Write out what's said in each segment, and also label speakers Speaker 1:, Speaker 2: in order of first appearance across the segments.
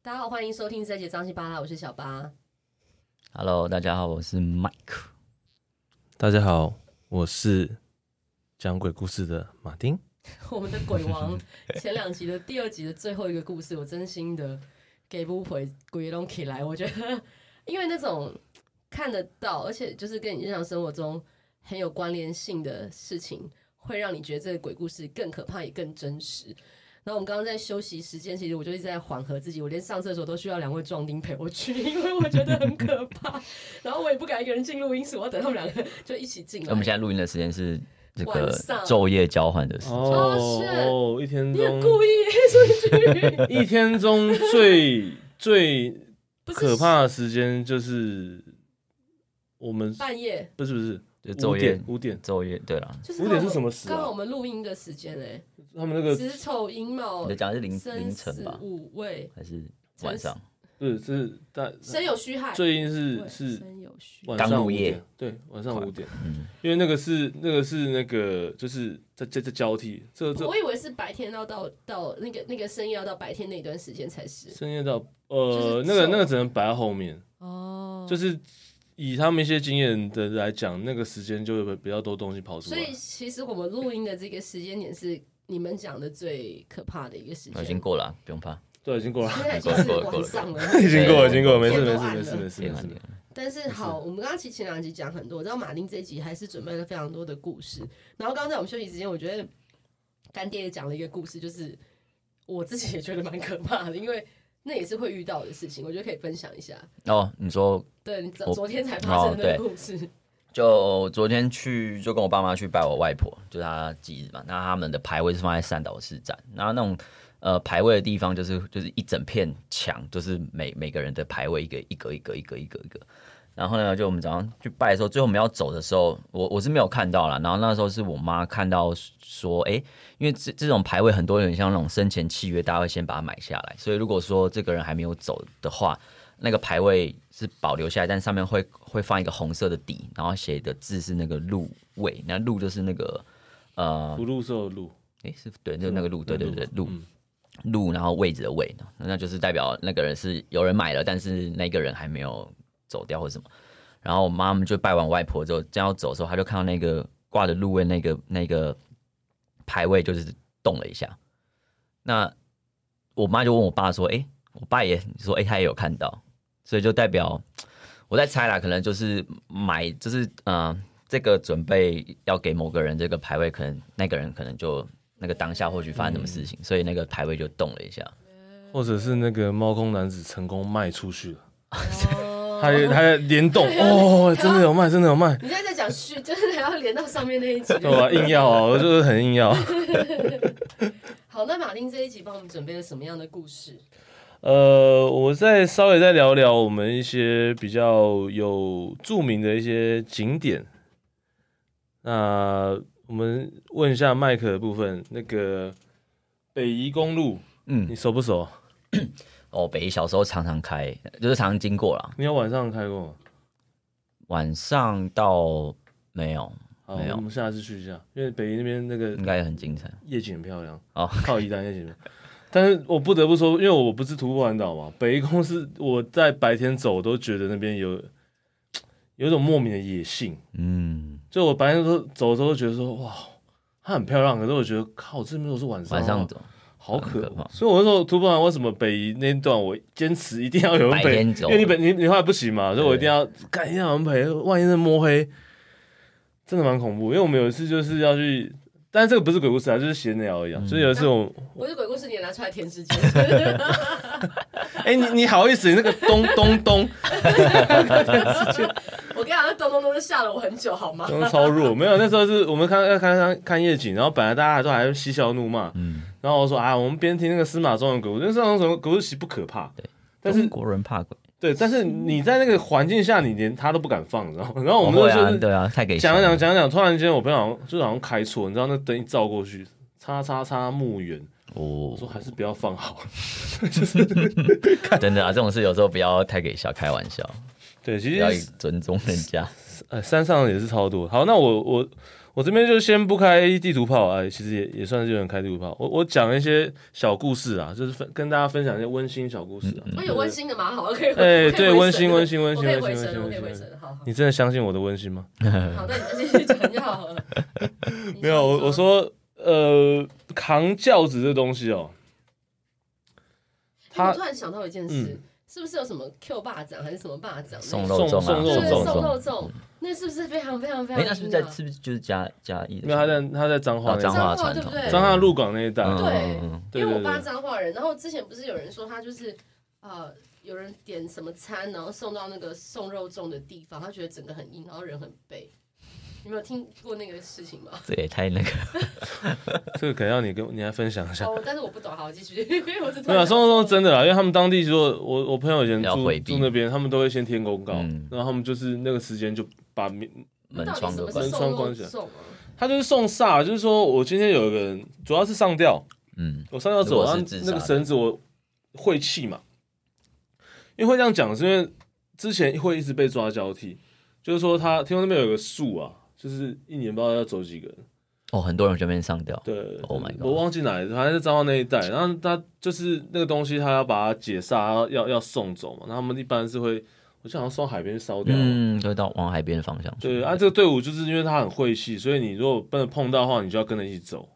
Speaker 1: 大家好，欢迎收听这节张西巴拉，我是小巴。
Speaker 2: Hello，大家好，我是 Mike。
Speaker 3: 大家好，我是讲鬼故事的马丁。
Speaker 1: 我们的鬼王前两集的第二集的最后一个故事，我真心的给不回鬼龙起来。我觉得，因为那种看得到，而且就是跟你日常生活中很有关联性的事情，会让你觉得这个鬼故事更可怕也更真实。然后我们刚刚在休息时间，其实我就一直在缓和自己，我连上厕所都需要两位壮丁陪我去，因为我觉得很可怕。然后我也不敢一个人进录音室，我要等他们两个就一起进来。
Speaker 2: 哎我们现在录音的时间是这
Speaker 1: 晚
Speaker 2: 个
Speaker 1: 上
Speaker 2: 昼夜交换的时间。
Speaker 1: 哦是
Speaker 3: 哦，一天
Speaker 1: 你很故
Speaker 3: 中
Speaker 1: 意出去。
Speaker 3: 一天中最最
Speaker 1: 不是
Speaker 3: 可怕的时间就是我们
Speaker 1: 半夜，
Speaker 3: 不是不是
Speaker 2: 就
Speaker 3: 五
Speaker 2: 昼夜
Speaker 3: 点五点，
Speaker 2: 昼夜对了，
Speaker 1: 就是
Speaker 3: 五
Speaker 1: 刚好
Speaker 3: 点是
Speaker 1: 我
Speaker 3: 什么时
Speaker 1: 刚好我
Speaker 3: 啊？
Speaker 1: 们录音的时间哎、
Speaker 3: 他们
Speaker 1: 欸，
Speaker 3: 那个
Speaker 1: 子丑寅卯
Speaker 2: 你的，讲的是凌
Speaker 1: 生
Speaker 2: 哦凌
Speaker 1: 死
Speaker 2: 晨吧，
Speaker 1: 五位，
Speaker 2: 还是晚上？
Speaker 3: 不是是大
Speaker 1: 生有虚害，
Speaker 3: 最近
Speaker 1: 对
Speaker 3: 是是
Speaker 1: 生有虚
Speaker 3: 晚
Speaker 2: 刚
Speaker 3: 上
Speaker 2: 入
Speaker 3: 五
Speaker 2: 夜
Speaker 3: 点，对，晚上
Speaker 2: 快
Speaker 3: 五点，
Speaker 2: 嗯，
Speaker 3: 因为那个是那个是那个就是在在在交替，这这
Speaker 1: 我以为是白天要到到那个那个深夜要到白天那一段时间才是
Speaker 3: 深夜到
Speaker 1: 就是
Speaker 3: 呃那个
Speaker 1: 走
Speaker 3: 那个只能摆在后面，
Speaker 1: 哦
Speaker 3: 就。是以他们一些经验的来讲，那个时间就会比较多东西跑出
Speaker 1: 所
Speaker 3: 来
Speaker 1: 以。其实我们录音的这个时间点是你们讲的最可怕的一个时
Speaker 2: 那
Speaker 1: 间，
Speaker 2: 已经过了啊，不用怕。
Speaker 3: 对，已经过了，
Speaker 1: 现在已经
Speaker 2: 过了
Speaker 1: 是
Speaker 2: 过了过
Speaker 1: 晚
Speaker 2: 了
Speaker 1: 上了。
Speaker 3: 已经过了，已经过了，没事
Speaker 1: 天都
Speaker 3: 没
Speaker 1: 暗
Speaker 3: 事
Speaker 1: 了
Speaker 3: 没事没事
Speaker 2: 点
Speaker 3: 没
Speaker 2: 完
Speaker 3: 事
Speaker 2: 点。
Speaker 1: 但是好，我们刚刚其实前两集讲很多，我知道马丁这一集还是准备了非常多的故事。然后刚刚在我们休息时间，我觉得干爹也讲了一个故事，就是我自己也觉得蛮可怕的，因为那也是会遇到的事情，我觉得可以分享一下。
Speaker 2: 哦，你说
Speaker 1: 对你昨
Speaker 2: 我
Speaker 1: 昨天才发生的
Speaker 3: 哦
Speaker 1: 那个故事，
Speaker 2: 就昨天去就跟我爸妈去拜我外婆，就是她忌日嘛。那他们的牌位是放在三岛市站，然后那种呃牌位的地方就是就是一整片墙，就是每每个人的牌位一个一格一格一格一格一格。然后呢，就我们早上去拜的时候，最后我们要走的时候，我我是没有看到啦。然后那时候是我妈看到说，诶，因为这这种牌位很多有点像那种生前契约，大家会先把它买下来，所以如果说这个人还没有走的话，那个牌位是保留下来，但上面会会放一个红色的底，然后写的字是那个路位，那路就是那个呃，
Speaker 3: 福禄寿的禄，
Speaker 2: 诶，是对，就是那个路，对对对，路
Speaker 3: 嗯
Speaker 2: 路，然后位置的位，那就是代表那个人是有人买了，但是那个人还没有走掉或什么。然后我妈们就拜完外婆之后，正要走的时候，她就看到那个挂的路位那个那个牌位就是动了一下。那我妈就问我爸说：“诶，我爸也说，诶，他也有看到，所以就代表我在猜啦，可能就是买，就是嗯、呃这个准备要给某个人这个牌位，可能那个人可能就那个当下或许发生什么事情，所以那个牌位就动了一下。
Speaker 3: 或者是那个猫空男子成功卖出去了，
Speaker 1: 哦
Speaker 3: 他也他也联 动哦，真的有卖，真的有卖，
Speaker 1: 你现在在讲续，就是还要连到上面那一集。
Speaker 3: 对吧？硬要啊， 我就是很硬要。
Speaker 1: 好，那马丁这一集帮我们准备了什么样的故事？
Speaker 3: 呃，我再稍微再聊聊我们一些比较有著名的一些景点。那我们问一下麦克的部分，那个北宜公路，
Speaker 2: 嗯
Speaker 3: 你，熟不熟？
Speaker 2: 哦，北一小时候常常开，就是常常经过啦，
Speaker 3: 你有晚上开过吗？
Speaker 2: 晚上到没有，
Speaker 3: 好，
Speaker 2: 没有
Speaker 3: 我们下次去一下，因为北宜那边那个
Speaker 2: 应该也很精彩。
Speaker 3: 夜景很漂亮，
Speaker 2: 哦
Speaker 3: 靠宜兰夜景很漂亮。但是我不得不说，因为我不是徒步环岛嘛， 北宜公司我在白天走我都觉得那边有有一种莫名的野性。
Speaker 2: 嗯，
Speaker 3: 就我白天都走的时候都觉得说哇，它很漂亮，可是我觉得靠，这边都是晚上啊，
Speaker 2: 晚上走，
Speaker 3: 好
Speaker 2: 很可
Speaker 3: 可
Speaker 2: 怕
Speaker 3: 怕。所以我那时候徒步完，为什么北宜那一段我坚持一定要有人
Speaker 2: 白
Speaker 3: 陪？
Speaker 2: 天
Speaker 3: 因
Speaker 2: 走
Speaker 3: 为你本你你后来不行嘛，所以我
Speaker 2: 对
Speaker 3: 一定要干一定要有人陪，万一是摸黑，真的蛮恐怖。因为我们有一次就是要去。但是这个不是鬼故事啊，就是闲聊
Speaker 2: 嗯
Speaker 3: 一样。就是有一次我，
Speaker 1: 我是鬼故事，你也拿出来填时间。
Speaker 3: 哎、你你好意思，你那个咚咚咚，
Speaker 1: 我跟你讲，那咚咚咚就吓了我很久， 好吗？
Speaker 3: 真的超弱。没有，那时候是我们看看看看夜景，然后本来大家都还嬉笑怒骂，
Speaker 2: 嗯，
Speaker 3: 然后我说啊，我们边听那个司马中的鬼故事，因为司马中的鬼故事其实不可怕，
Speaker 2: 对，
Speaker 3: 但
Speaker 2: 中
Speaker 3: 是
Speaker 2: 国人怕鬼，
Speaker 3: 对，但是你在那个环境下，你连他都不敢放，你知道吗？ 然后我们
Speaker 2: 哦
Speaker 3: 那
Speaker 2: 会
Speaker 3: 时候
Speaker 2: 啊，
Speaker 3: 就是
Speaker 2: 对啊，太给
Speaker 3: 讲
Speaker 2: 钱
Speaker 3: 一
Speaker 2: 了
Speaker 3: 讲讲一讲，突然间我朋友好像就好像开错，你知道那灯一照过去，叉叉叉墓园，我说
Speaker 2: 哦，
Speaker 3: 还是不要放好。
Speaker 2: 真的啊，这种事有时候不要太给小开玩笑，
Speaker 3: 对，其
Speaker 2: 要
Speaker 3: 实
Speaker 2: 尊重人家。
Speaker 3: 哎呃山上也是超多。好，那我我我这边就先不开地图炮啊，哎其实也也算是有点开地图炮。我我讲一些小故事啊，就是分跟大家分享一些温馨小故事啊。
Speaker 1: 我有温馨的吗？好，我可以。
Speaker 3: 哎
Speaker 1: 我可以
Speaker 3: 对
Speaker 1: 回
Speaker 3: 温馨
Speaker 1: 神了
Speaker 3: 温馨温馨
Speaker 1: 我可以
Speaker 3: 温
Speaker 1: 回
Speaker 3: 馨
Speaker 1: 神了，我
Speaker 3: 温
Speaker 1: 可以
Speaker 3: 馨
Speaker 1: 回
Speaker 3: 温馨
Speaker 1: 神了。好好
Speaker 3: 你真的相信我的温馨吗？
Speaker 1: 好，那你继续讲就好 了。你
Speaker 3: 没有，我我说呃，扛轿子这东西哦，
Speaker 1: 哎我
Speaker 3: 他
Speaker 1: 突然想到一件事
Speaker 3: 嗯，
Speaker 1: 是不是有什么 Q 霸掌还是什么霸掌？
Speaker 2: 送
Speaker 3: 肉
Speaker 2: 肉
Speaker 3: 粽
Speaker 2: 粽
Speaker 3: 啊
Speaker 2: 啊，
Speaker 1: 对
Speaker 3: 粽
Speaker 1: 送
Speaker 3: 粽
Speaker 1: 肉粽，那是不是非常非常非常
Speaker 2: 哎，
Speaker 1: 硬啊？
Speaker 2: 那是不是在是不是就是嘉嘉义的？
Speaker 3: 因为他在他在彰化
Speaker 2: 啊
Speaker 3: 那
Speaker 2: 彰
Speaker 3: 一带
Speaker 2: 化
Speaker 1: 哦彰化
Speaker 2: 传
Speaker 1: 对
Speaker 2: 统
Speaker 1: 不，对
Speaker 3: 彰化啊鹿港那一带，
Speaker 2: 嗯，
Speaker 1: 对
Speaker 2: 嗯嗯嗯
Speaker 3: 对
Speaker 1: 因为我
Speaker 3: 对
Speaker 1: 爸
Speaker 3: 对，
Speaker 1: 彰化人，然后之前不是有人说他就是呃，有人点什么餐，然后送到那个送肉粽的地方，他觉得整个很硬，然后人很背。你没有听过那个事情 吗？
Speaker 2: 这也太那个
Speaker 3: 这个可能要你跟你来分享一下。
Speaker 1: 哦，但是我不懂，好，继续，因为我是突
Speaker 3: 没
Speaker 1: 然想
Speaker 3: 有，松松
Speaker 1: 到
Speaker 3: 是真的啦，因为他们当地如果我我朋友以前
Speaker 2: 要
Speaker 3: 住
Speaker 2: 回避
Speaker 3: 住那边，他们都会先贴公告，
Speaker 2: 嗯
Speaker 3: 然后他们就是那个时间就把民
Speaker 2: 门窗都
Speaker 1: 到底
Speaker 2: 关
Speaker 1: 什么是送
Speaker 2: 了，
Speaker 3: 门窗
Speaker 1: 肉
Speaker 3: 关起来
Speaker 1: 粽啊
Speaker 3: 他就是送煞，就是说我今天有一个人，主要是上吊，
Speaker 2: 嗯，
Speaker 3: 我上吊走，
Speaker 2: 如
Speaker 3: 然
Speaker 2: 果
Speaker 3: 后
Speaker 2: 是自杀的
Speaker 3: 那个绳子我晦气嘛，因为会这样讲，是因为之前会一直被抓交替，就是说他听说那边有个树啊，就是一年不知道要走几个人，
Speaker 2: 哦，很多人全面上吊，
Speaker 3: 对
Speaker 2: Oh my god
Speaker 3: 我忘记哪里，反正是彰化那一带。然后他就是那个东西，他要把它解煞，要要要送走嘛。然后他们一般是会，我记得好像送海边烧掉。
Speaker 2: 嗯，就到往海边的方向去，
Speaker 3: 对啊，这个队伍就是因为他很晦气，所以你如果真的碰到的话，你就要跟着一起走。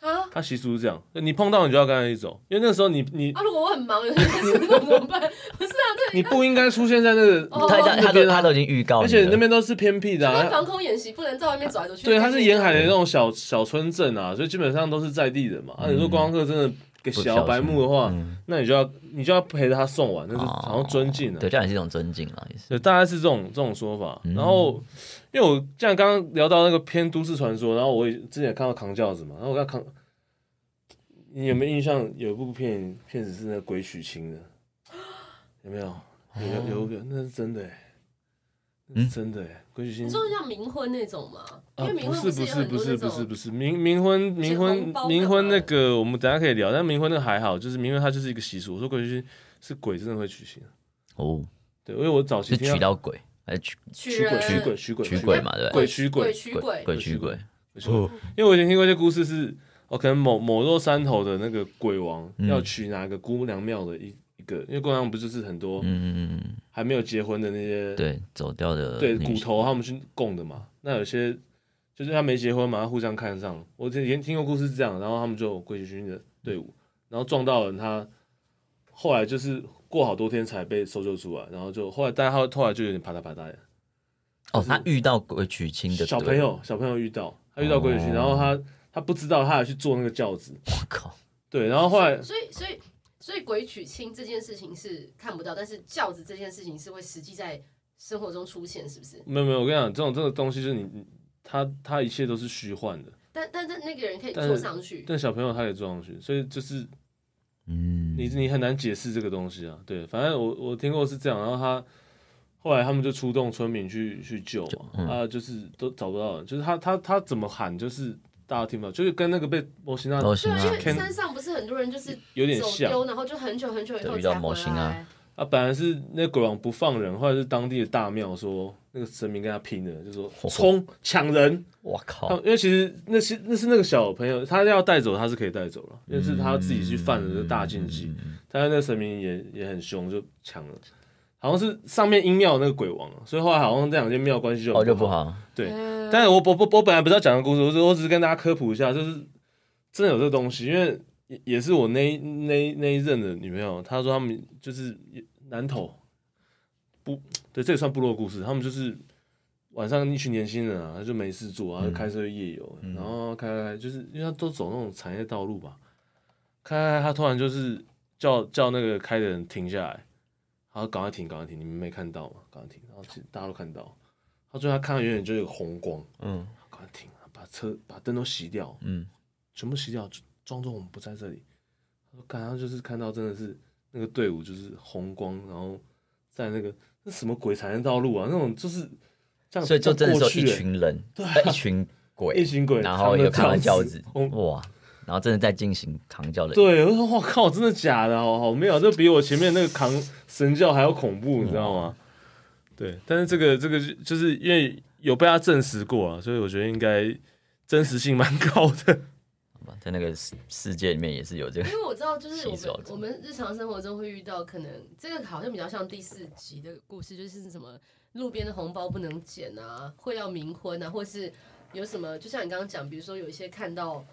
Speaker 1: 啊
Speaker 3: 他习俗是这样，你碰到你就要跟着一起走，因为那时候你你
Speaker 1: 啊！如果我很忙，有 些事情怎么办？不是啊，
Speaker 3: 你不应该出现在那个
Speaker 1: 哦
Speaker 2: 他他
Speaker 3: 那
Speaker 2: 他
Speaker 3: 边
Speaker 2: 都
Speaker 3: 啊
Speaker 2: 他都已经预告你
Speaker 3: 而
Speaker 2: 了，
Speaker 3: 且那边都是偏僻的、
Speaker 1: 对，跟
Speaker 3: 啊，
Speaker 1: 防空演习不能在外面走来走去。
Speaker 3: 对，它是沿海的那种小小村镇啊，所以基本上都是在地人嘛。啊，你说观光客真的给
Speaker 2: 不
Speaker 3: 小
Speaker 2: 小
Speaker 3: 白
Speaker 2: 心
Speaker 3: 目的话，
Speaker 2: 嗯
Speaker 3: 那你就要你就要陪着他送完，那是
Speaker 2: 哦
Speaker 3: 好像尊敬啊的、
Speaker 2: 对，这样也是一种尊敬啊，也是，
Speaker 3: 对，大概是这种这种说法。
Speaker 2: 嗯
Speaker 3: 然后，因为我既然刚刚聊到那个偏都市传说，然后我也之前也看到扛轿子嘛，然后我看扛，你有没有印象？有一部片片子是那个鬼娶亲的，有没有？有有有有，那是真的、欸，那是
Speaker 2: 嗯
Speaker 3: 真的、欸，鬼娶亲
Speaker 1: 你。说像冥婚那种吗？因
Speaker 3: 啊
Speaker 1: 为，冥
Speaker 3: 不
Speaker 1: 婚是
Speaker 3: 是不
Speaker 1: 有
Speaker 3: 是
Speaker 1: 很
Speaker 3: 不
Speaker 1: 多
Speaker 3: 是
Speaker 1: 那
Speaker 3: 不是
Speaker 1: 种
Speaker 3: 不是冥冥婚
Speaker 1: 结
Speaker 3: 冥
Speaker 1: 红
Speaker 3: 婚
Speaker 1: 包
Speaker 3: 冥
Speaker 1: 干
Speaker 3: 婚
Speaker 1: 嘛
Speaker 3: 那
Speaker 1: 的
Speaker 3: 个我们等一下可以聊，但冥婚那个还好，就是冥婚它就是一个习俗。我说鬼娶亲是鬼真的会娶亲，
Speaker 2: 哦，
Speaker 3: 对，因为我早期
Speaker 2: 是
Speaker 3: 听
Speaker 2: 娶
Speaker 3: 到
Speaker 2: 到鬼，还是娶
Speaker 1: 娶人
Speaker 3: 娶鬼娶鬼
Speaker 2: 娶鬼嘛，对不
Speaker 3: 鬼
Speaker 2: 对？
Speaker 3: 娶
Speaker 1: 鬼
Speaker 3: 鬼，
Speaker 1: 娶鬼，
Speaker 2: 鬼娶鬼，
Speaker 3: 因为我以前听过一些故事是，哦，可能某某座山头的那个鬼王
Speaker 2: 嗯
Speaker 3: 要娶哪个姑娘庙的一一个，因为姑娘不就是很多
Speaker 2: 嗯嗯嗯，
Speaker 3: 还没有结婚的那些
Speaker 2: 对，走掉的
Speaker 3: 对
Speaker 2: 女
Speaker 3: 骨头他们去供的嘛，那有些就是他没结婚嘛，他互相看上。我之前听过故事是这样，然后他们就有鬼军的队伍，然后撞到人他，后来就是过好多天才被搜救出来，然后就后来但他后来就有点啪嗒啪嗒的。
Speaker 2: 哦，他遇到鬼娶亲的
Speaker 3: 小
Speaker 2: 对
Speaker 3: 朋，友小朋友遇到他遇到鬼
Speaker 2: 哦
Speaker 3: 军，然后他他不知道他还去坐那个轿子，
Speaker 2: 我靠，
Speaker 3: 对，然后后来
Speaker 1: 所以所以所以鬼娶亲这件事情是看不到，但是轿子这件事情是会实际在生活中出现，是不是？
Speaker 3: 没有没有，我跟你讲，这种这种东西就是你你他他一切都是虚幻的，
Speaker 1: 但但但那个人可以
Speaker 3: 但是
Speaker 1: 坐
Speaker 3: 啊
Speaker 1: 上去，
Speaker 3: 但小朋友他也坐上去，所以就是
Speaker 2: 嗯，
Speaker 3: 你你很难解释这个东西啊。对，反正我我听过是这样，然后他后来他们就出动村民去去救嘛，
Speaker 2: 嗯
Speaker 3: 啊，就是都找不到人，就是他他他怎么喊，就是大家听不到，就是跟那个被摩西娜
Speaker 2: 都
Speaker 1: 对
Speaker 2: 行
Speaker 1: 啊，
Speaker 2: 啊
Speaker 1: 因，为
Speaker 3: Can-
Speaker 1: 山上不是很多人就是
Speaker 3: 有点
Speaker 1: 走
Speaker 3: 像
Speaker 1: 丢，然后就很久很久以后
Speaker 2: 对遇到
Speaker 1: 才
Speaker 2: 魔
Speaker 1: 回
Speaker 2: 星啊
Speaker 1: 来。
Speaker 3: 啊。本来是那鬼王不放人，后来是当地的大庙说那个神明跟他拼了，就说冲抢人，
Speaker 2: 我
Speaker 3: 他
Speaker 2: 靠，
Speaker 3: 因为其实那些那是那个小朋友，他要带走他是可以带走了，因为是他自己去犯了这个大禁
Speaker 2: 嗯
Speaker 3: 忌。但是那个神明也也很凶，就抢了，好像是上面阴庙的那个鬼王啊，所以后来好像这两间庙关系就
Speaker 2: 哦就
Speaker 3: 不
Speaker 2: 不。好，
Speaker 3: 对
Speaker 1: 嗯
Speaker 3: 但是我我我我本来不是要讲的故事，我只我只是跟大家科普一下，就是真的有这东西，因为也也是我那一那一那一任的女朋友，她说他们就是南投不对，这也算部落故事，他们就是晚上一群年轻人啊，就没事做啊，就开车去夜游，然后开开开，就是因为他都走那种产业道路吧，开开开，他突然就是叫叫那个开的人停下来，然后赶快停，赶快停，你们没看到吗？赶快停，然后其实大家都看到。他最后他看到远远就有一个红光，
Speaker 2: 嗯
Speaker 3: 赶快停，把车把灯都熄掉，
Speaker 2: 嗯，
Speaker 3: 全部熄掉，就装作我们不在这里。他说，刚刚就是看到真的是那个队伍就是红光，然后在那个那什么鬼产业道路啊，那种就是这样，
Speaker 2: 所以就
Speaker 3: 这
Speaker 2: 真
Speaker 3: 样
Speaker 2: 的
Speaker 3: 过
Speaker 2: 是有
Speaker 3: 去
Speaker 2: 一
Speaker 3: 欸
Speaker 2: 群人，呃一群鬼，
Speaker 3: 一群鬼，
Speaker 2: 然后有扛轿子
Speaker 3: 扛着轿，
Speaker 2: 哇，然后真的在进行扛轿的，
Speaker 3: 对，我说我靠，真的假的？好好没有，这比我前面那个扛神教还要恐怖，你知道吗？对，但是这个这个就就是因为有被他证实过啊，所以我觉得应该真实性蛮高的。
Speaker 2: 好吧在那个世世界里面也是有这个
Speaker 1: 因，为我知道，就是我
Speaker 2: 洗手
Speaker 1: 们
Speaker 2: 间
Speaker 1: 我们日常生活中会遇到，可能这个好像比较像第四集的故事，就是什么路边的红包不能捡啊，会要冥婚啊，或是有什么，就像你刚刚讲，比如说有一些看到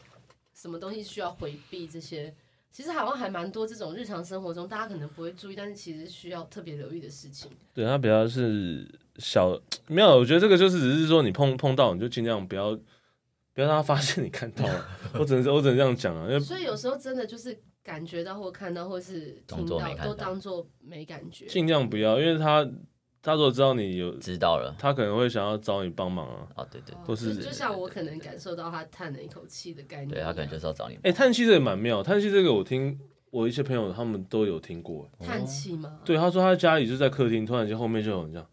Speaker 1: 什么东西需要回避这些，其实好像还蛮多这种日常生活中大家可能不会注意，但是其实需要特别留意的事情。
Speaker 3: 对，它比较是小，没有，我觉得这个就是只是说你碰碰到你就尽量不要不要让他发现你看到啊了， 我只能我只能这样讲啊，因为
Speaker 1: 所以有时候真的就是感觉到或看到或是听
Speaker 2: 当作
Speaker 1: 到，
Speaker 2: 没看到
Speaker 1: 都当做没感觉。
Speaker 3: 尽量不要，因为他他如果知道你有，
Speaker 2: 知道了。
Speaker 3: 他可能会想要找你帮忙啊。
Speaker 2: 哦，对对
Speaker 1: 哦
Speaker 3: 或是
Speaker 1: 就就像我可能感受到他叹了一口气的概念一样，
Speaker 2: 对，他可能就是要找你。
Speaker 3: 哎、叹气这个蛮妙，叹气这个我听我一些朋友他们都有听过，
Speaker 1: 叹气吗？
Speaker 3: 哦对，他说他家里就在客厅，突然间后面就有人这样，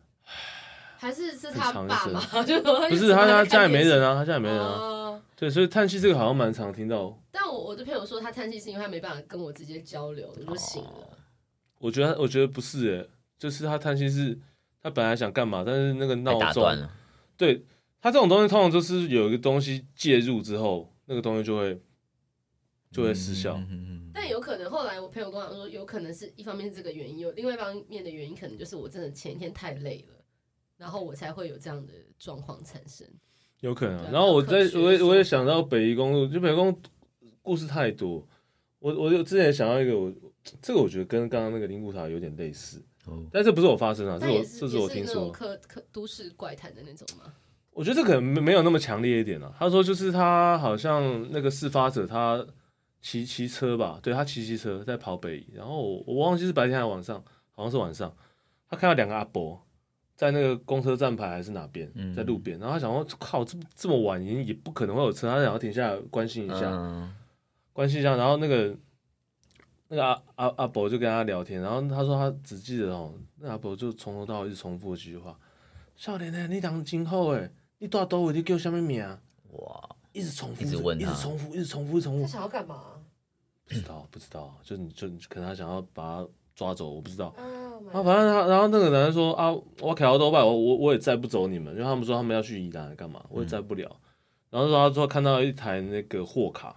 Speaker 1: 还是是他
Speaker 3: 很
Speaker 1: 爸
Speaker 3: 长一
Speaker 1: 妈？ 就不
Speaker 3: 不是他他家里没人啊，他家里没人啊，
Speaker 1: 哦
Speaker 3: 对，所以叹气这个好像蛮常听到，
Speaker 1: 但我我的朋友说，他叹气是因为他没办法跟我直接交流，
Speaker 3: 哦
Speaker 1: 我就醒
Speaker 2: 哦
Speaker 1: 了。
Speaker 3: 我觉得我觉得不是诶、就是他叹气是。他本来想干嘛，但是那个
Speaker 2: 被
Speaker 3: 闹
Speaker 2: 打
Speaker 3: 钟
Speaker 2: 断了，
Speaker 3: 对，它这种东西通常就是有一个东西介入之后，那个东西就会就会失效。
Speaker 2: 嗯嗯嗯嗯
Speaker 1: 但有可能后来我朋友跟我讲说，有可能是一方面是这个原因，有另外一方面的原因，可能就是我真的前一天太累了，然后我才会有这样的状况产生。
Speaker 3: 有可能啊
Speaker 1: 对。
Speaker 3: 然后我在
Speaker 1: 有可能
Speaker 3: 我也我也想到北宜公路，就北宜公路故事太多。我我有之前也想到一个，我这个我觉得跟刚刚那个灵骨塔有点类似，
Speaker 2: 哦
Speaker 3: 但这不是我发生啊，这
Speaker 1: 但
Speaker 3: 我
Speaker 1: 也是
Speaker 3: 这我
Speaker 1: 也是
Speaker 3: 听
Speaker 1: 那种
Speaker 3: 说。
Speaker 1: 科科都市怪谈的那种吗？
Speaker 3: 我觉得这可能没没有那么强烈一点啊。他说就是他好像那个事发者他骑骑车吧，对他骑骑车在跑北宜，然后我我忘记是白天还是晚上，好像是晚上，他看到两个阿伯在那个公车站牌还是哪边
Speaker 2: 嗯，
Speaker 3: 在路边，然后他想说靠，这这么晚也也不可能会有车，他想要停下来关心一下，
Speaker 2: 嗯
Speaker 3: 关系一下，然后那个那个阿阿阿伯就跟他聊天，然后他说他只记得哦，那阿伯就从头到尾一直重复这句话：“少年呢、你当今后诶，你大多位你叫什么名啊
Speaker 2: 哇，？”
Speaker 3: 一直重
Speaker 2: 一
Speaker 3: 复，
Speaker 2: 直问
Speaker 3: 一
Speaker 2: 他
Speaker 3: 直重复，一直重复，一直重
Speaker 1: 他
Speaker 3: 复。
Speaker 1: 想要干嘛？
Speaker 3: 不知道，不知道，就你就可能他想要把他抓走，我不知道。
Speaker 1: 啊，
Speaker 3: 啊，反正他，然后那个男人说啊，我凯到多拜，我我我也载不走你们，因为他们说他们要去宜兰干嘛，我也载不了。然后说他说看到一台那个货卡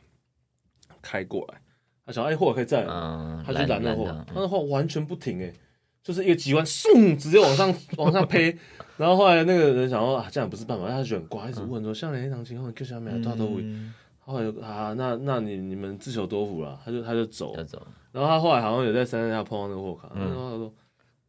Speaker 3: 开过来，他想哎货、卡可以载，
Speaker 2: 嗯，
Speaker 3: 他就拦那货，他
Speaker 2: 他，
Speaker 3: 那货完全不停哎、就是一个急弯，嗖直接往上往上飞。然后后来那个人想说啊这样不是办法，他就很乖，一直问说像连一堂情况就下面大头尾，
Speaker 2: 嗯
Speaker 3: 后来就啊那那你你们自求多福了，他就他就走了
Speaker 2: 要走，
Speaker 3: 然后他后来好像有在山上碰到那个货卡，
Speaker 2: 嗯
Speaker 3: 然后他说：“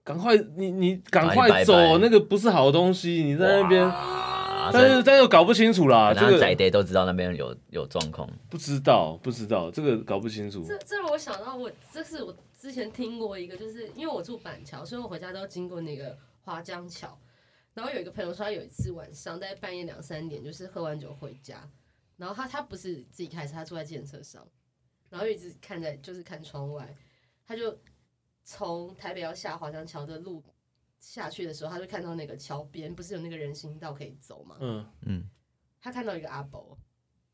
Speaker 3: 赶快，你你赶
Speaker 2: 啊你
Speaker 3: 快
Speaker 2: 拜
Speaker 3: 走，
Speaker 2: 拜
Speaker 3: 那个不是好东西，你在那边。”
Speaker 2: 哇啊
Speaker 3: 但是但是搞不清楚啦，
Speaker 2: 可
Speaker 3: 这
Speaker 2: 能他仔
Speaker 3: 个
Speaker 2: 爹都知道那边有有状况，
Speaker 3: 不知道不知道，这个搞不清楚。
Speaker 1: 这这让我想到我，这是我之前听过一个，就是因为我住板桥，所以我回家都要经过那个华江桥。然后有一个朋友说，他有一次晚上大概半夜两三点，就是喝完酒回家，然后他他不是自己开车，他坐在自行车上，然后一直看在就是看窗外，他就从台北要下华江桥的路下去的时候，他就看到那个桥边不是有那个人行道可以走吗？
Speaker 3: 嗯，
Speaker 2: 嗯，
Speaker 1: 他看到一个阿伯，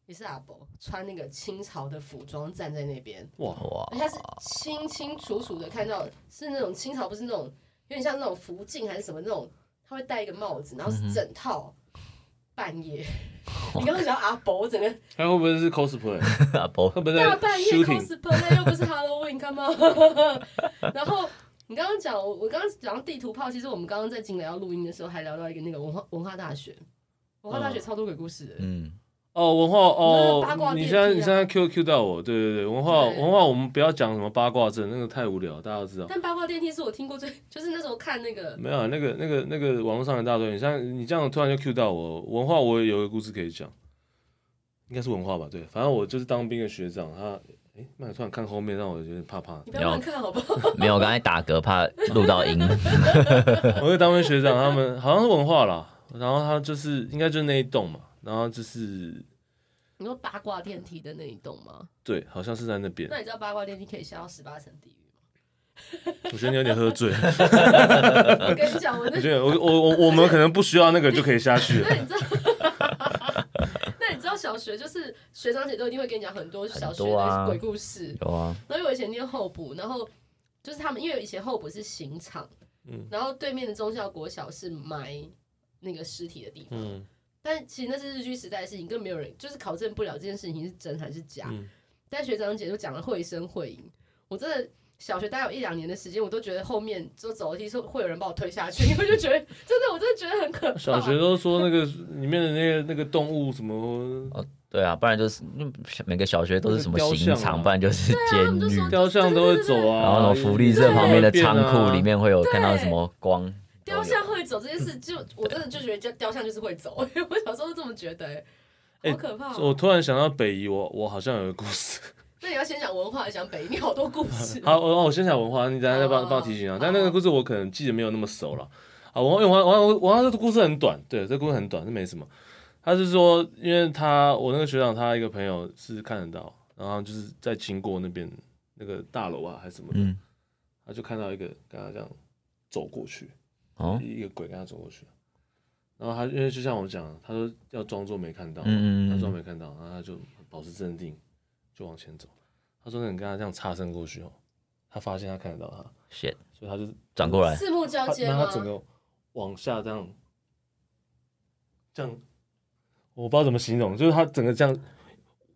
Speaker 1: 也是阿伯，穿那个清朝的服装站在那边。
Speaker 3: 哇，
Speaker 2: 哇
Speaker 1: 而，且他是清清楚楚的看到，是那种清朝不是那种有点像那种福晋还是什么那种，他会戴一个帽子，然
Speaker 3: 嗯
Speaker 1: 后是整套。半 夜，你刚刚讲阿伯，我整个
Speaker 3: 他会不会是 cosplay？
Speaker 2: 阿伯
Speaker 3: 会不会在
Speaker 1: 大半夜
Speaker 3: shooting？
Speaker 1: cosplay 又不是 Halloween，干嘛？ 然后你刚刚讲，我我刚刚讲到地图炮，其实我们刚刚在进来要录音的时候，还聊到一个那个文化文化大学，文化大学超多鬼故事的。
Speaker 2: 嗯，
Speaker 3: 哦，文化
Speaker 1: 那个八卦
Speaker 3: 哦，
Speaker 1: 电
Speaker 3: 你
Speaker 1: 梯
Speaker 3: 现在
Speaker 1: 啊
Speaker 3: 你现在 Q Q 到我，对对对，文化
Speaker 1: 对
Speaker 3: 文化，我们不要讲什么八卦阵，那个太无聊，大家都知道。
Speaker 1: 但八卦电梯是我听过最，就是那时候看那个。
Speaker 3: 没有啊那个那个那个网络上一大堆，你像你这样突然就 Q 到我文化，我也有个故事可以讲，应该是文化吧？对，反正我就是当兵的学长，他哎，那你突然看后面让我有点怕怕
Speaker 1: 你不要乱看好不好？
Speaker 2: 没有，我刚才打嗝怕录到音，
Speaker 3: 我是当兵学长，他们好像是文化啦，然后他就是应该就是那一栋嘛，然后就是
Speaker 1: 你说八卦电梯的那一栋吗？
Speaker 3: 对，好像是在那边
Speaker 1: 那。你知道八卦电梯可以下到十八层地狱吗？
Speaker 3: 我觉得你有点喝醉，
Speaker 1: 我跟你讲，我
Speaker 3: 我
Speaker 1: 那
Speaker 3: 觉得我我我我们可能不需要那个就可以下去了
Speaker 1: 那。你知道，那你知道小学就是学长姐都一定会跟你讲很多小学
Speaker 2: 很多啊
Speaker 1: 的鬼故事。
Speaker 2: 有啊，
Speaker 1: 然后我以前念候补，然后就是他们因为以前候补是刑场，
Speaker 3: 嗯
Speaker 1: 然后对面的中校国小是埋那个尸体的地方，
Speaker 3: 嗯，
Speaker 1: 但其实那是日据时代的事情，更没有人就是考证不了这件事情是真还是假。
Speaker 3: 嗯
Speaker 1: 但学长姐就讲的绘声绘影，我真的小学大概有一两年的时间，我都觉得后面就走楼梯说会有人把我推下去，因 为就觉得真的我真的觉得很可怕。
Speaker 3: 小学都说那个里面的那个那个动物什么
Speaker 2: 对啊，不然就是嗯每个小学都是什么
Speaker 3: 那个雕
Speaker 2: 刑
Speaker 3: 像
Speaker 2: 场，
Speaker 3: 啊
Speaker 2: 不然就是
Speaker 1: 他
Speaker 2: 监
Speaker 1: 们就
Speaker 2: 狱
Speaker 1: 说，
Speaker 3: 雕像都会走啊，
Speaker 2: 然后什么福利社旁边的仓库里
Speaker 3: 面
Speaker 2: 面会有看到什么光，都
Speaker 1: 雕
Speaker 2: 有
Speaker 1: 像会走这件事，就我真的就觉得雕雕像就是会走， 我小时候都这么觉得、欸，
Speaker 3: 哎
Speaker 1: 好可怕、
Speaker 3: 我
Speaker 1: 哦。
Speaker 3: 突然想到北移，我我好像有个故事。
Speaker 1: 那你要先讲文化，还是讲北，你好多故事。
Speaker 3: 好，我我先讲文化，你等下再帮
Speaker 1: 哦
Speaker 3: 帮我提醒啊
Speaker 1: 好。
Speaker 3: 但那个故事我可能记得没有那么熟了。啊，文化文化文化文化这个故事很短，对，这个故事很短，这没什么。他是说，因为他我那个学长，他一个朋友是看得到，然后就是在经过那边那个大楼啊还是什么的，
Speaker 2: 嗯，
Speaker 3: 他就看到一个跟他这样走过去，
Speaker 2: 哦，
Speaker 3: 一个鬼跟他走过去。然后他因为就像我讲的，他说要装作没看到，
Speaker 2: 嗯嗯嗯
Speaker 3: 他装没看到，然后他就保持镇定，就往前走。他说：“那你跟他这样擦身过去哦。”他发现他看得到他，
Speaker 2: shit，
Speaker 3: 所以他就是
Speaker 2: 转过来，
Speaker 1: 四目交
Speaker 3: 他，
Speaker 1: 接
Speaker 3: 那
Speaker 1: 吗
Speaker 3: 他？整个往下这样，这样，我不知道怎么形容，就是他整个这样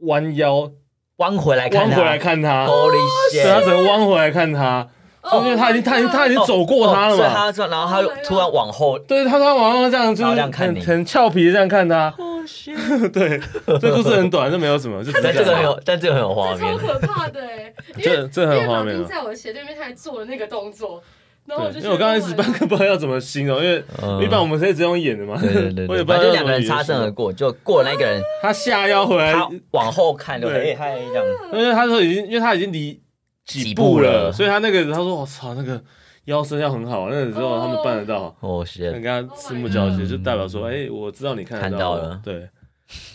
Speaker 3: 弯腰
Speaker 2: 弯回来看
Speaker 3: 弯
Speaker 2: 他，
Speaker 3: 回来看他，
Speaker 2: ，Holy
Speaker 3: 对，他
Speaker 2: shit！
Speaker 3: 整个弯回来看他，
Speaker 1: 哦
Speaker 3: 因为他已经他已经他已经走过他了
Speaker 2: 哦所以
Speaker 3: 嘛，
Speaker 2: 他转，然后他又突然往后，
Speaker 3: 对，他他往上这样就
Speaker 2: 然后
Speaker 3: 是
Speaker 2: 这样看
Speaker 3: 很
Speaker 2: 你
Speaker 3: 很俏皮的这样 看他，
Speaker 2: 哦 shit！
Speaker 3: 对，这故事很短，这没有什么，就只 是
Speaker 2: 但这个很
Speaker 3: 样
Speaker 2: 有，但这个很有画
Speaker 1: 这超
Speaker 2: 面，
Speaker 1: 可怕的、 欸，因为
Speaker 3: 这这很
Speaker 1: 因为
Speaker 3: 有画
Speaker 1: 老
Speaker 3: 面
Speaker 1: 丁
Speaker 3: 了。
Speaker 1: 在我的斜对面，他还做了那个动作，然后我
Speaker 3: 对，
Speaker 1: 就
Speaker 3: 因
Speaker 1: 觉得
Speaker 3: 为我刚开始
Speaker 1: Oh my
Speaker 3: 半个不知道要怎么形容，因为
Speaker 2: 嗯
Speaker 3: 一般我们是只用演的嘛，
Speaker 2: 对 对对
Speaker 3: 我也
Speaker 2: 对，
Speaker 3: 不
Speaker 2: 反
Speaker 3: 知道
Speaker 2: 正就两
Speaker 3: 要怎
Speaker 2: 个
Speaker 3: 么
Speaker 2: 人
Speaker 3: 形容
Speaker 2: 擦身而过，就过了那个 人，
Speaker 3: 他下腰回来
Speaker 2: 他往后看就
Speaker 3: 哎对
Speaker 2: 哎嗨这样，
Speaker 3: 因为他说已经，因为他已经离几步
Speaker 2: 几步了
Speaker 3: 了，所以他那个他说我操，那个腰身要很好，那个时候他们办得到，
Speaker 2: 哦
Speaker 3: 你
Speaker 2: shit！
Speaker 3: 跟他四目交
Speaker 1: Oh my
Speaker 3: 接，
Speaker 2: god
Speaker 3: 就代表说，哎，我知道你看
Speaker 2: 嗯看
Speaker 3: 得
Speaker 2: 到
Speaker 3: 到
Speaker 2: 了
Speaker 3: 我，对，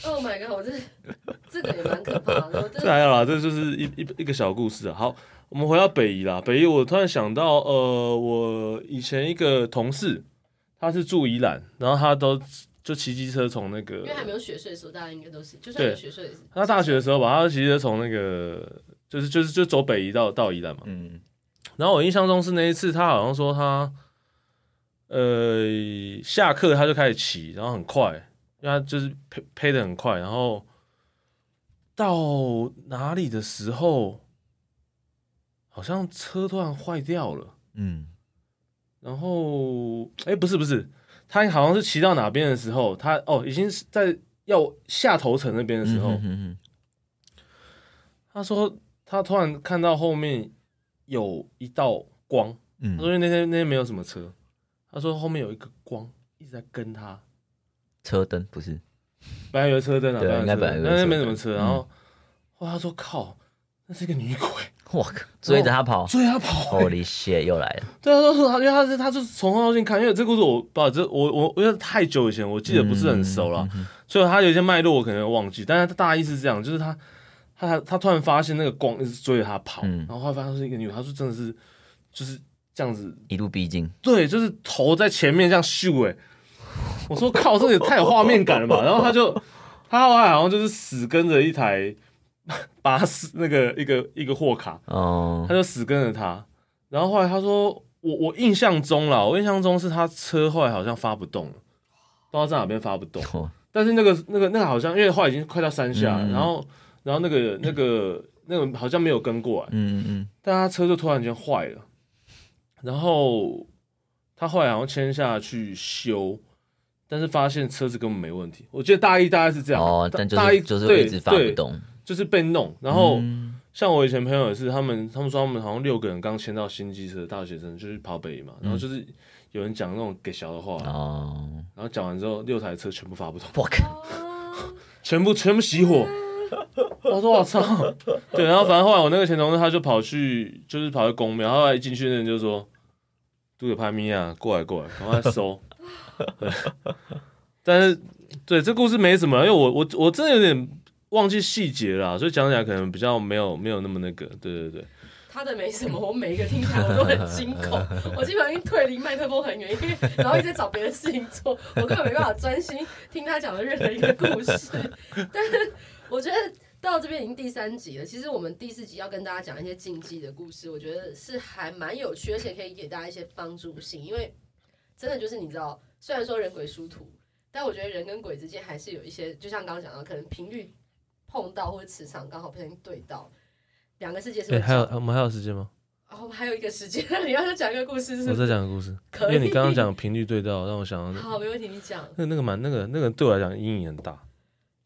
Speaker 1: Oh my god！我这这个也蛮可怕的，我 真
Speaker 3: 这
Speaker 1: 的
Speaker 3: 还好啦，这就是一一一个小故事啊。好，我们回到北宜啦，北宜我突然想到，呃，我以前一个同事，他是住宜兰，然后他都就骑机车从那个
Speaker 1: 因为还没有学税的时候，大家应该都是，就算有学税也是。
Speaker 3: 他大学的时候吧，他骑车从那个就是就是就走北宜到到宜兰嘛。
Speaker 2: 嗯，
Speaker 3: 然后我印象中是那一次，他好像说他，呃，下课他就开始骑，然后很快，因为他就是配配的很快，然后到哪里的时候，好像车突然坏掉了，
Speaker 2: 嗯，
Speaker 3: 然后哎，不是不是，他好像是骑到哪边的时候，他哦已经是在要下头城那边的时候，
Speaker 2: 嗯嗯
Speaker 3: 他说他突然看到后面有一道光。
Speaker 2: 嗯
Speaker 3: 他说因为那天那天没有什么车，他说后面有一个光一直在跟他，
Speaker 2: 车灯不是，
Speaker 3: 本来有车灯啊，
Speaker 2: 对
Speaker 3: 有
Speaker 2: 应该本来
Speaker 3: 车
Speaker 2: 有
Speaker 3: 灯
Speaker 2: 车
Speaker 3: 但
Speaker 2: 灯
Speaker 3: 是没什么车，
Speaker 2: 嗯
Speaker 3: 然后哇，他说靠，那是一个女鬼
Speaker 2: 我靠，追着他跑
Speaker 3: 追他跑、欸，
Speaker 2: ，Holy shit！又来了，
Speaker 3: 对，他说说他，因为他是他就是从后到近看，因为这故事我把这我我因为太久以前我记得不是很熟了，
Speaker 2: 嗯，嗯嗯
Speaker 3: 所以他有一些脉络我可能忘记，但是他大意是这样，就是他他他突然发现那个光一直追着他跑，
Speaker 2: 嗯
Speaker 3: 然后后来发现是一个女，他说真的是就是这样子
Speaker 2: 一路逼近，
Speaker 3: 对，就是头在前面这样秀哎、我说靠，这也太有画面感了吧！然后他就他后来好像就是死跟着一台巴士，那个一个一个货卡，
Speaker 2: 哦
Speaker 3: 他，就死跟着他。然后后来他说，我我印象中啦，我印象中是他车后来好像发不动了，不知道在哪边发不动。
Speaker 2: 哦
Speaker 3: 但是那个那个那个好像因为后来已经快到山下了，
Speaker 2: 嗯
Speaker 3: 然后然后那个那个那个好像没有跟过来，
Speaker 2: 嗯嗯嗯，
Speaker 3: 但他车就突然间坏了，然后他后来好像签下去修，但是发现车子根本没问题。我记得大一大概是这样，
Speaker 2: 哦，
Speaker 3: 大
Speaker 2: 但就
Speaker 3: 大一
Speaker 2: 是就是
Speaker 3: 对
Speaker 2: 一直发不
Speaker 3: 对
Speaker 2: 动，
Speaker 3: 就是被弄。然后、
Speaker 2: 嗯
Speaker 3: 像我以前朋友也是，他们他们说他们好像六个人刚签到新机车，大学生就是跑北移嘛，然后就是有人讲那种给小的话，
Speaker 2: 哦，
Speaker 3: 然后讲完之后六台车全部发不动，
Speaker 2: 我 靠，
Speaker 1: 哦
Speaker 3: 全部全部熄火。我说我操， 对，然后反正后来我那个前同事他就跑去，就是跑去公庙，后来一进去那人就说：“杜有拍咪啊，过来过来，赶快收。 对”但是对这故事没什么啦，因为我我我真的有点忘记细节啦，所以讲起来可能比较没有没有那么那个。对对对，
Speaker 1: 他的没什么，我每一个听起来我都很惊 恐，我基本上已经退离麦克风很远，因为然后一直在找别的事情做，我根本没办法专心听他讲的任何一个故事。但是我觉得到这边已经第三集了，其实我们第四集要跟大家讲一些禁忌的故事，我觉得是还蛮有趣，而且可以给大家一些帮助性，因为真的就是你知道，虽然说人鬼殊途，但我觉得人跟鬼之间还是有一些，就像刚刚讲到，可能频率碰到或者磁场刚好不小心对到，两个世界是会
Speaker 3: 哎，还有
Speaker 1: 交
Speaker 3: 我们还有时间吗？
Speaker 1: 然哦后还有一个时间，你要再讲一个故事是
Speaker 3: 我
Speaker 1: 不是
Speaker 3: 再讲个故事，
Speaker 1: 可以
Speaker 3: 因为你刚刚讲频率对到，让我想到
Speaker 1: 好，没问题，你讲。
Speaker 3: 那那个蛮那个那个对我来讲阴影很大。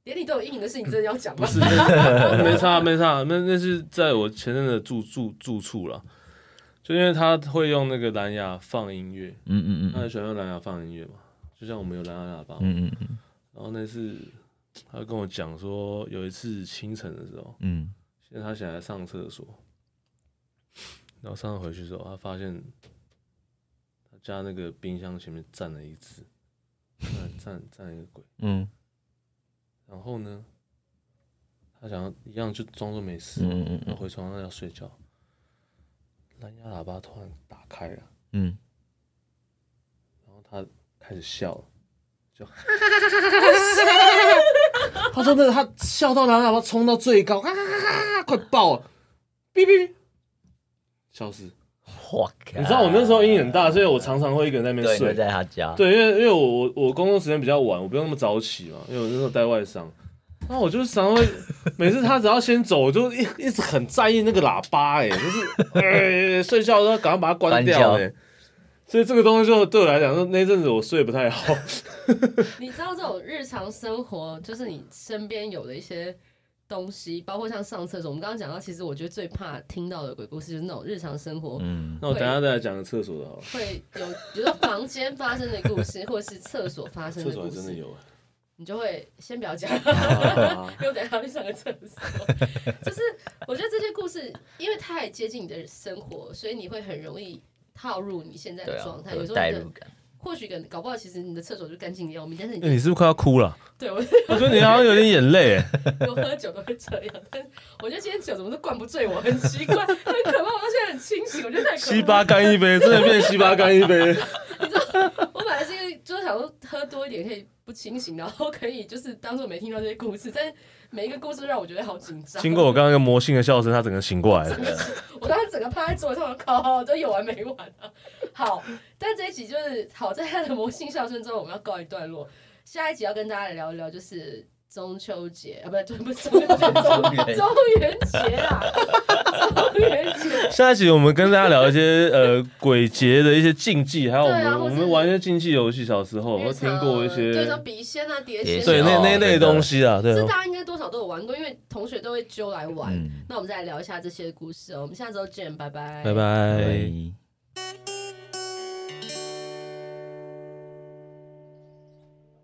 Speaker 1: 连你都有阴影的事情，真的要讲吗？
Speaker 3: 不是，那没差没差，那那是在我前任的住住住处了，就因为他会用那个蓝牙放音乐，
Speaker 2: 嗯嗯嗯
Speaker 3: 他
Speaker 2: 嗯
Speaker 3: 很喜欢用蓝牙放音乐嘛，就像我们有蓝牙喇叭嘛。
Speaker 2: 嗯嗯嗯
Speaker 3: 然后那次他跟我讲说，有一次清晨的时候，
Speaker 2: 嗯，
Speaker 3: 现在他起来上厕所，然后上回去之后，他发现他家那个冰箱前面站了一只，站站站了一个鬼。
Speaker 2: 嗯
Speaker 3: 然后呢，他想要一样就装作没事，
Speaker 2: 嗯嗯嗯
Speaker 3: 然后回床上要睡觉，蓝牙喇叭突然打开了，
Speaker 2: 嗯，
Speaker 3: 然后他开始笑了，就哈哈哈哈哈哈！他真的，他笑到蓝牙喇叭冲到最高， 哈哈哈哈哈，快爆了，哔哔哔，消失。
Speaker 2: 哇！
Speaker 3: 你知道我那时候阴影很大，所以我常常会一个人在那边
Speaker 2: 对，你
Speaker 3: 睡
Speaker 2: 会。在他家，
Speaker 3: 对，因为因为我我我工作时间比较晚，我不用那么早起嘛，因为我那时候带外商。那我就是常常会，每次他只要先走，我就一一直很在意那个喇叭、哎，就是、哎睡觉都要赶快把它关掉、
Speaker 2: 关
Speaker 3: 哎
Speaker 2: 掉，
Speaker 3: 所以这个东西就对我来讲，说那阵子我睡不太好。
Speaker 1: 你知道这种日常生活，就是你身边有的一些东西，包括像上厕所。我们刚刚讲到，其实我觉得最怕听到的鬼故事，就是那种日常生活
Speaker 2: 嗯，
Speaker 3: 那我等一下再来讲个厕所的好了，
Speaker 1: 会有，比如说房间发生的故事，或者是厕所发生
Speaker 3: 厕
Speaker 1: 的
Speaker 3: 所
Speaker 1: 故
Speaker 3: 还真的
Speaker 1: 事，啊
Speaker 3: 有、欸
Speaker 1: 你就会先不要讲，
Speaker 3: 哎
Speaker 1: 因为我等一下要去上个厕所。 就是我觉得这些故事，因为太接近你的生活，所以你会很容易套入你现在
Speaker 2: 对
Speaker 1: 的
Speaker 2: 啊
Speaker 1: 状，态。
Speaker 2: 有
Speaker 1: 有时候
Speaker 2: 代
Speaker 1: 你的
Speaker 2: 入感，
Speaker 1: 或许可能搞不好，其实你的厕所就干净的要命，但是你
Speaker 3: 哎你是不是快要哭了？
Speaker 1: 对我
Speaker 3: 我觉得你好像有点眼泪、哎
Speaker 1: 我喝酒都会这样，但我觉得今天酒怎么都灌不醉我，很奇怪，很可怕。我到现在很清醒，我觉得太
Speaker 3: 西
Speaker 1: 可怕。
Speaker 3: 巴干一杯，真的变西巴干一杯。
Speaker 1: 我本来是因为就是想说喝多一点可以不清醒，然后可以就是当做没听到这些故事，但是每一个故事让我觉得好紧张。
Speaker 3: 经过我刚刚一个魔性的笑声，他整个醒过来了。
Speaker 1: 我当时整个趴在桌上，靠，这有完没完啊！好，但这一集就是好在他的魔性笑声之后，我们要告一段落。下一集要跟大家来聊一聊，就是中秋节啊，不对，不是中秋节，中 中元节啊，中元节。
Speaker 3: 下一集我们跟大家聊一些呃鬼节的一些禁忌，还有我
Speaker 1: 对啊
Speaker 3: 们
Speaker 1: 或
Speaker 3: 我
Speaker 1: 是
Speaker 3: 们玩一些竞技游戏。小时候 我
Speaker 1: 日
Speaker 3: 听
Speaker 1: 常
Speaker 3: 过一
Speaker 1: 对像
Speaker 3: 些
Speaker 1: 笔仙啊、碟仙
Speaker 2: 碟
Speaker 1: 啊，
Speaker 2: 仙
Speaker 3: 对那
Speaker 2: 哦
Speaker 3: 那类
Speaker 2: 对的
Speaker 3: 东西啊，对
Speaker 1: 这
Speaker 3: 哦
Speaker 1: 大家应该多少都有玩过，因为同学都会揪来玩。
Speaker 2: 嗯，
Speaker 1: 那我们再来聊一下这些故事哦。我们下周见，拜拜，
Speaker 3: 拜拜。
Speaker 2: 对。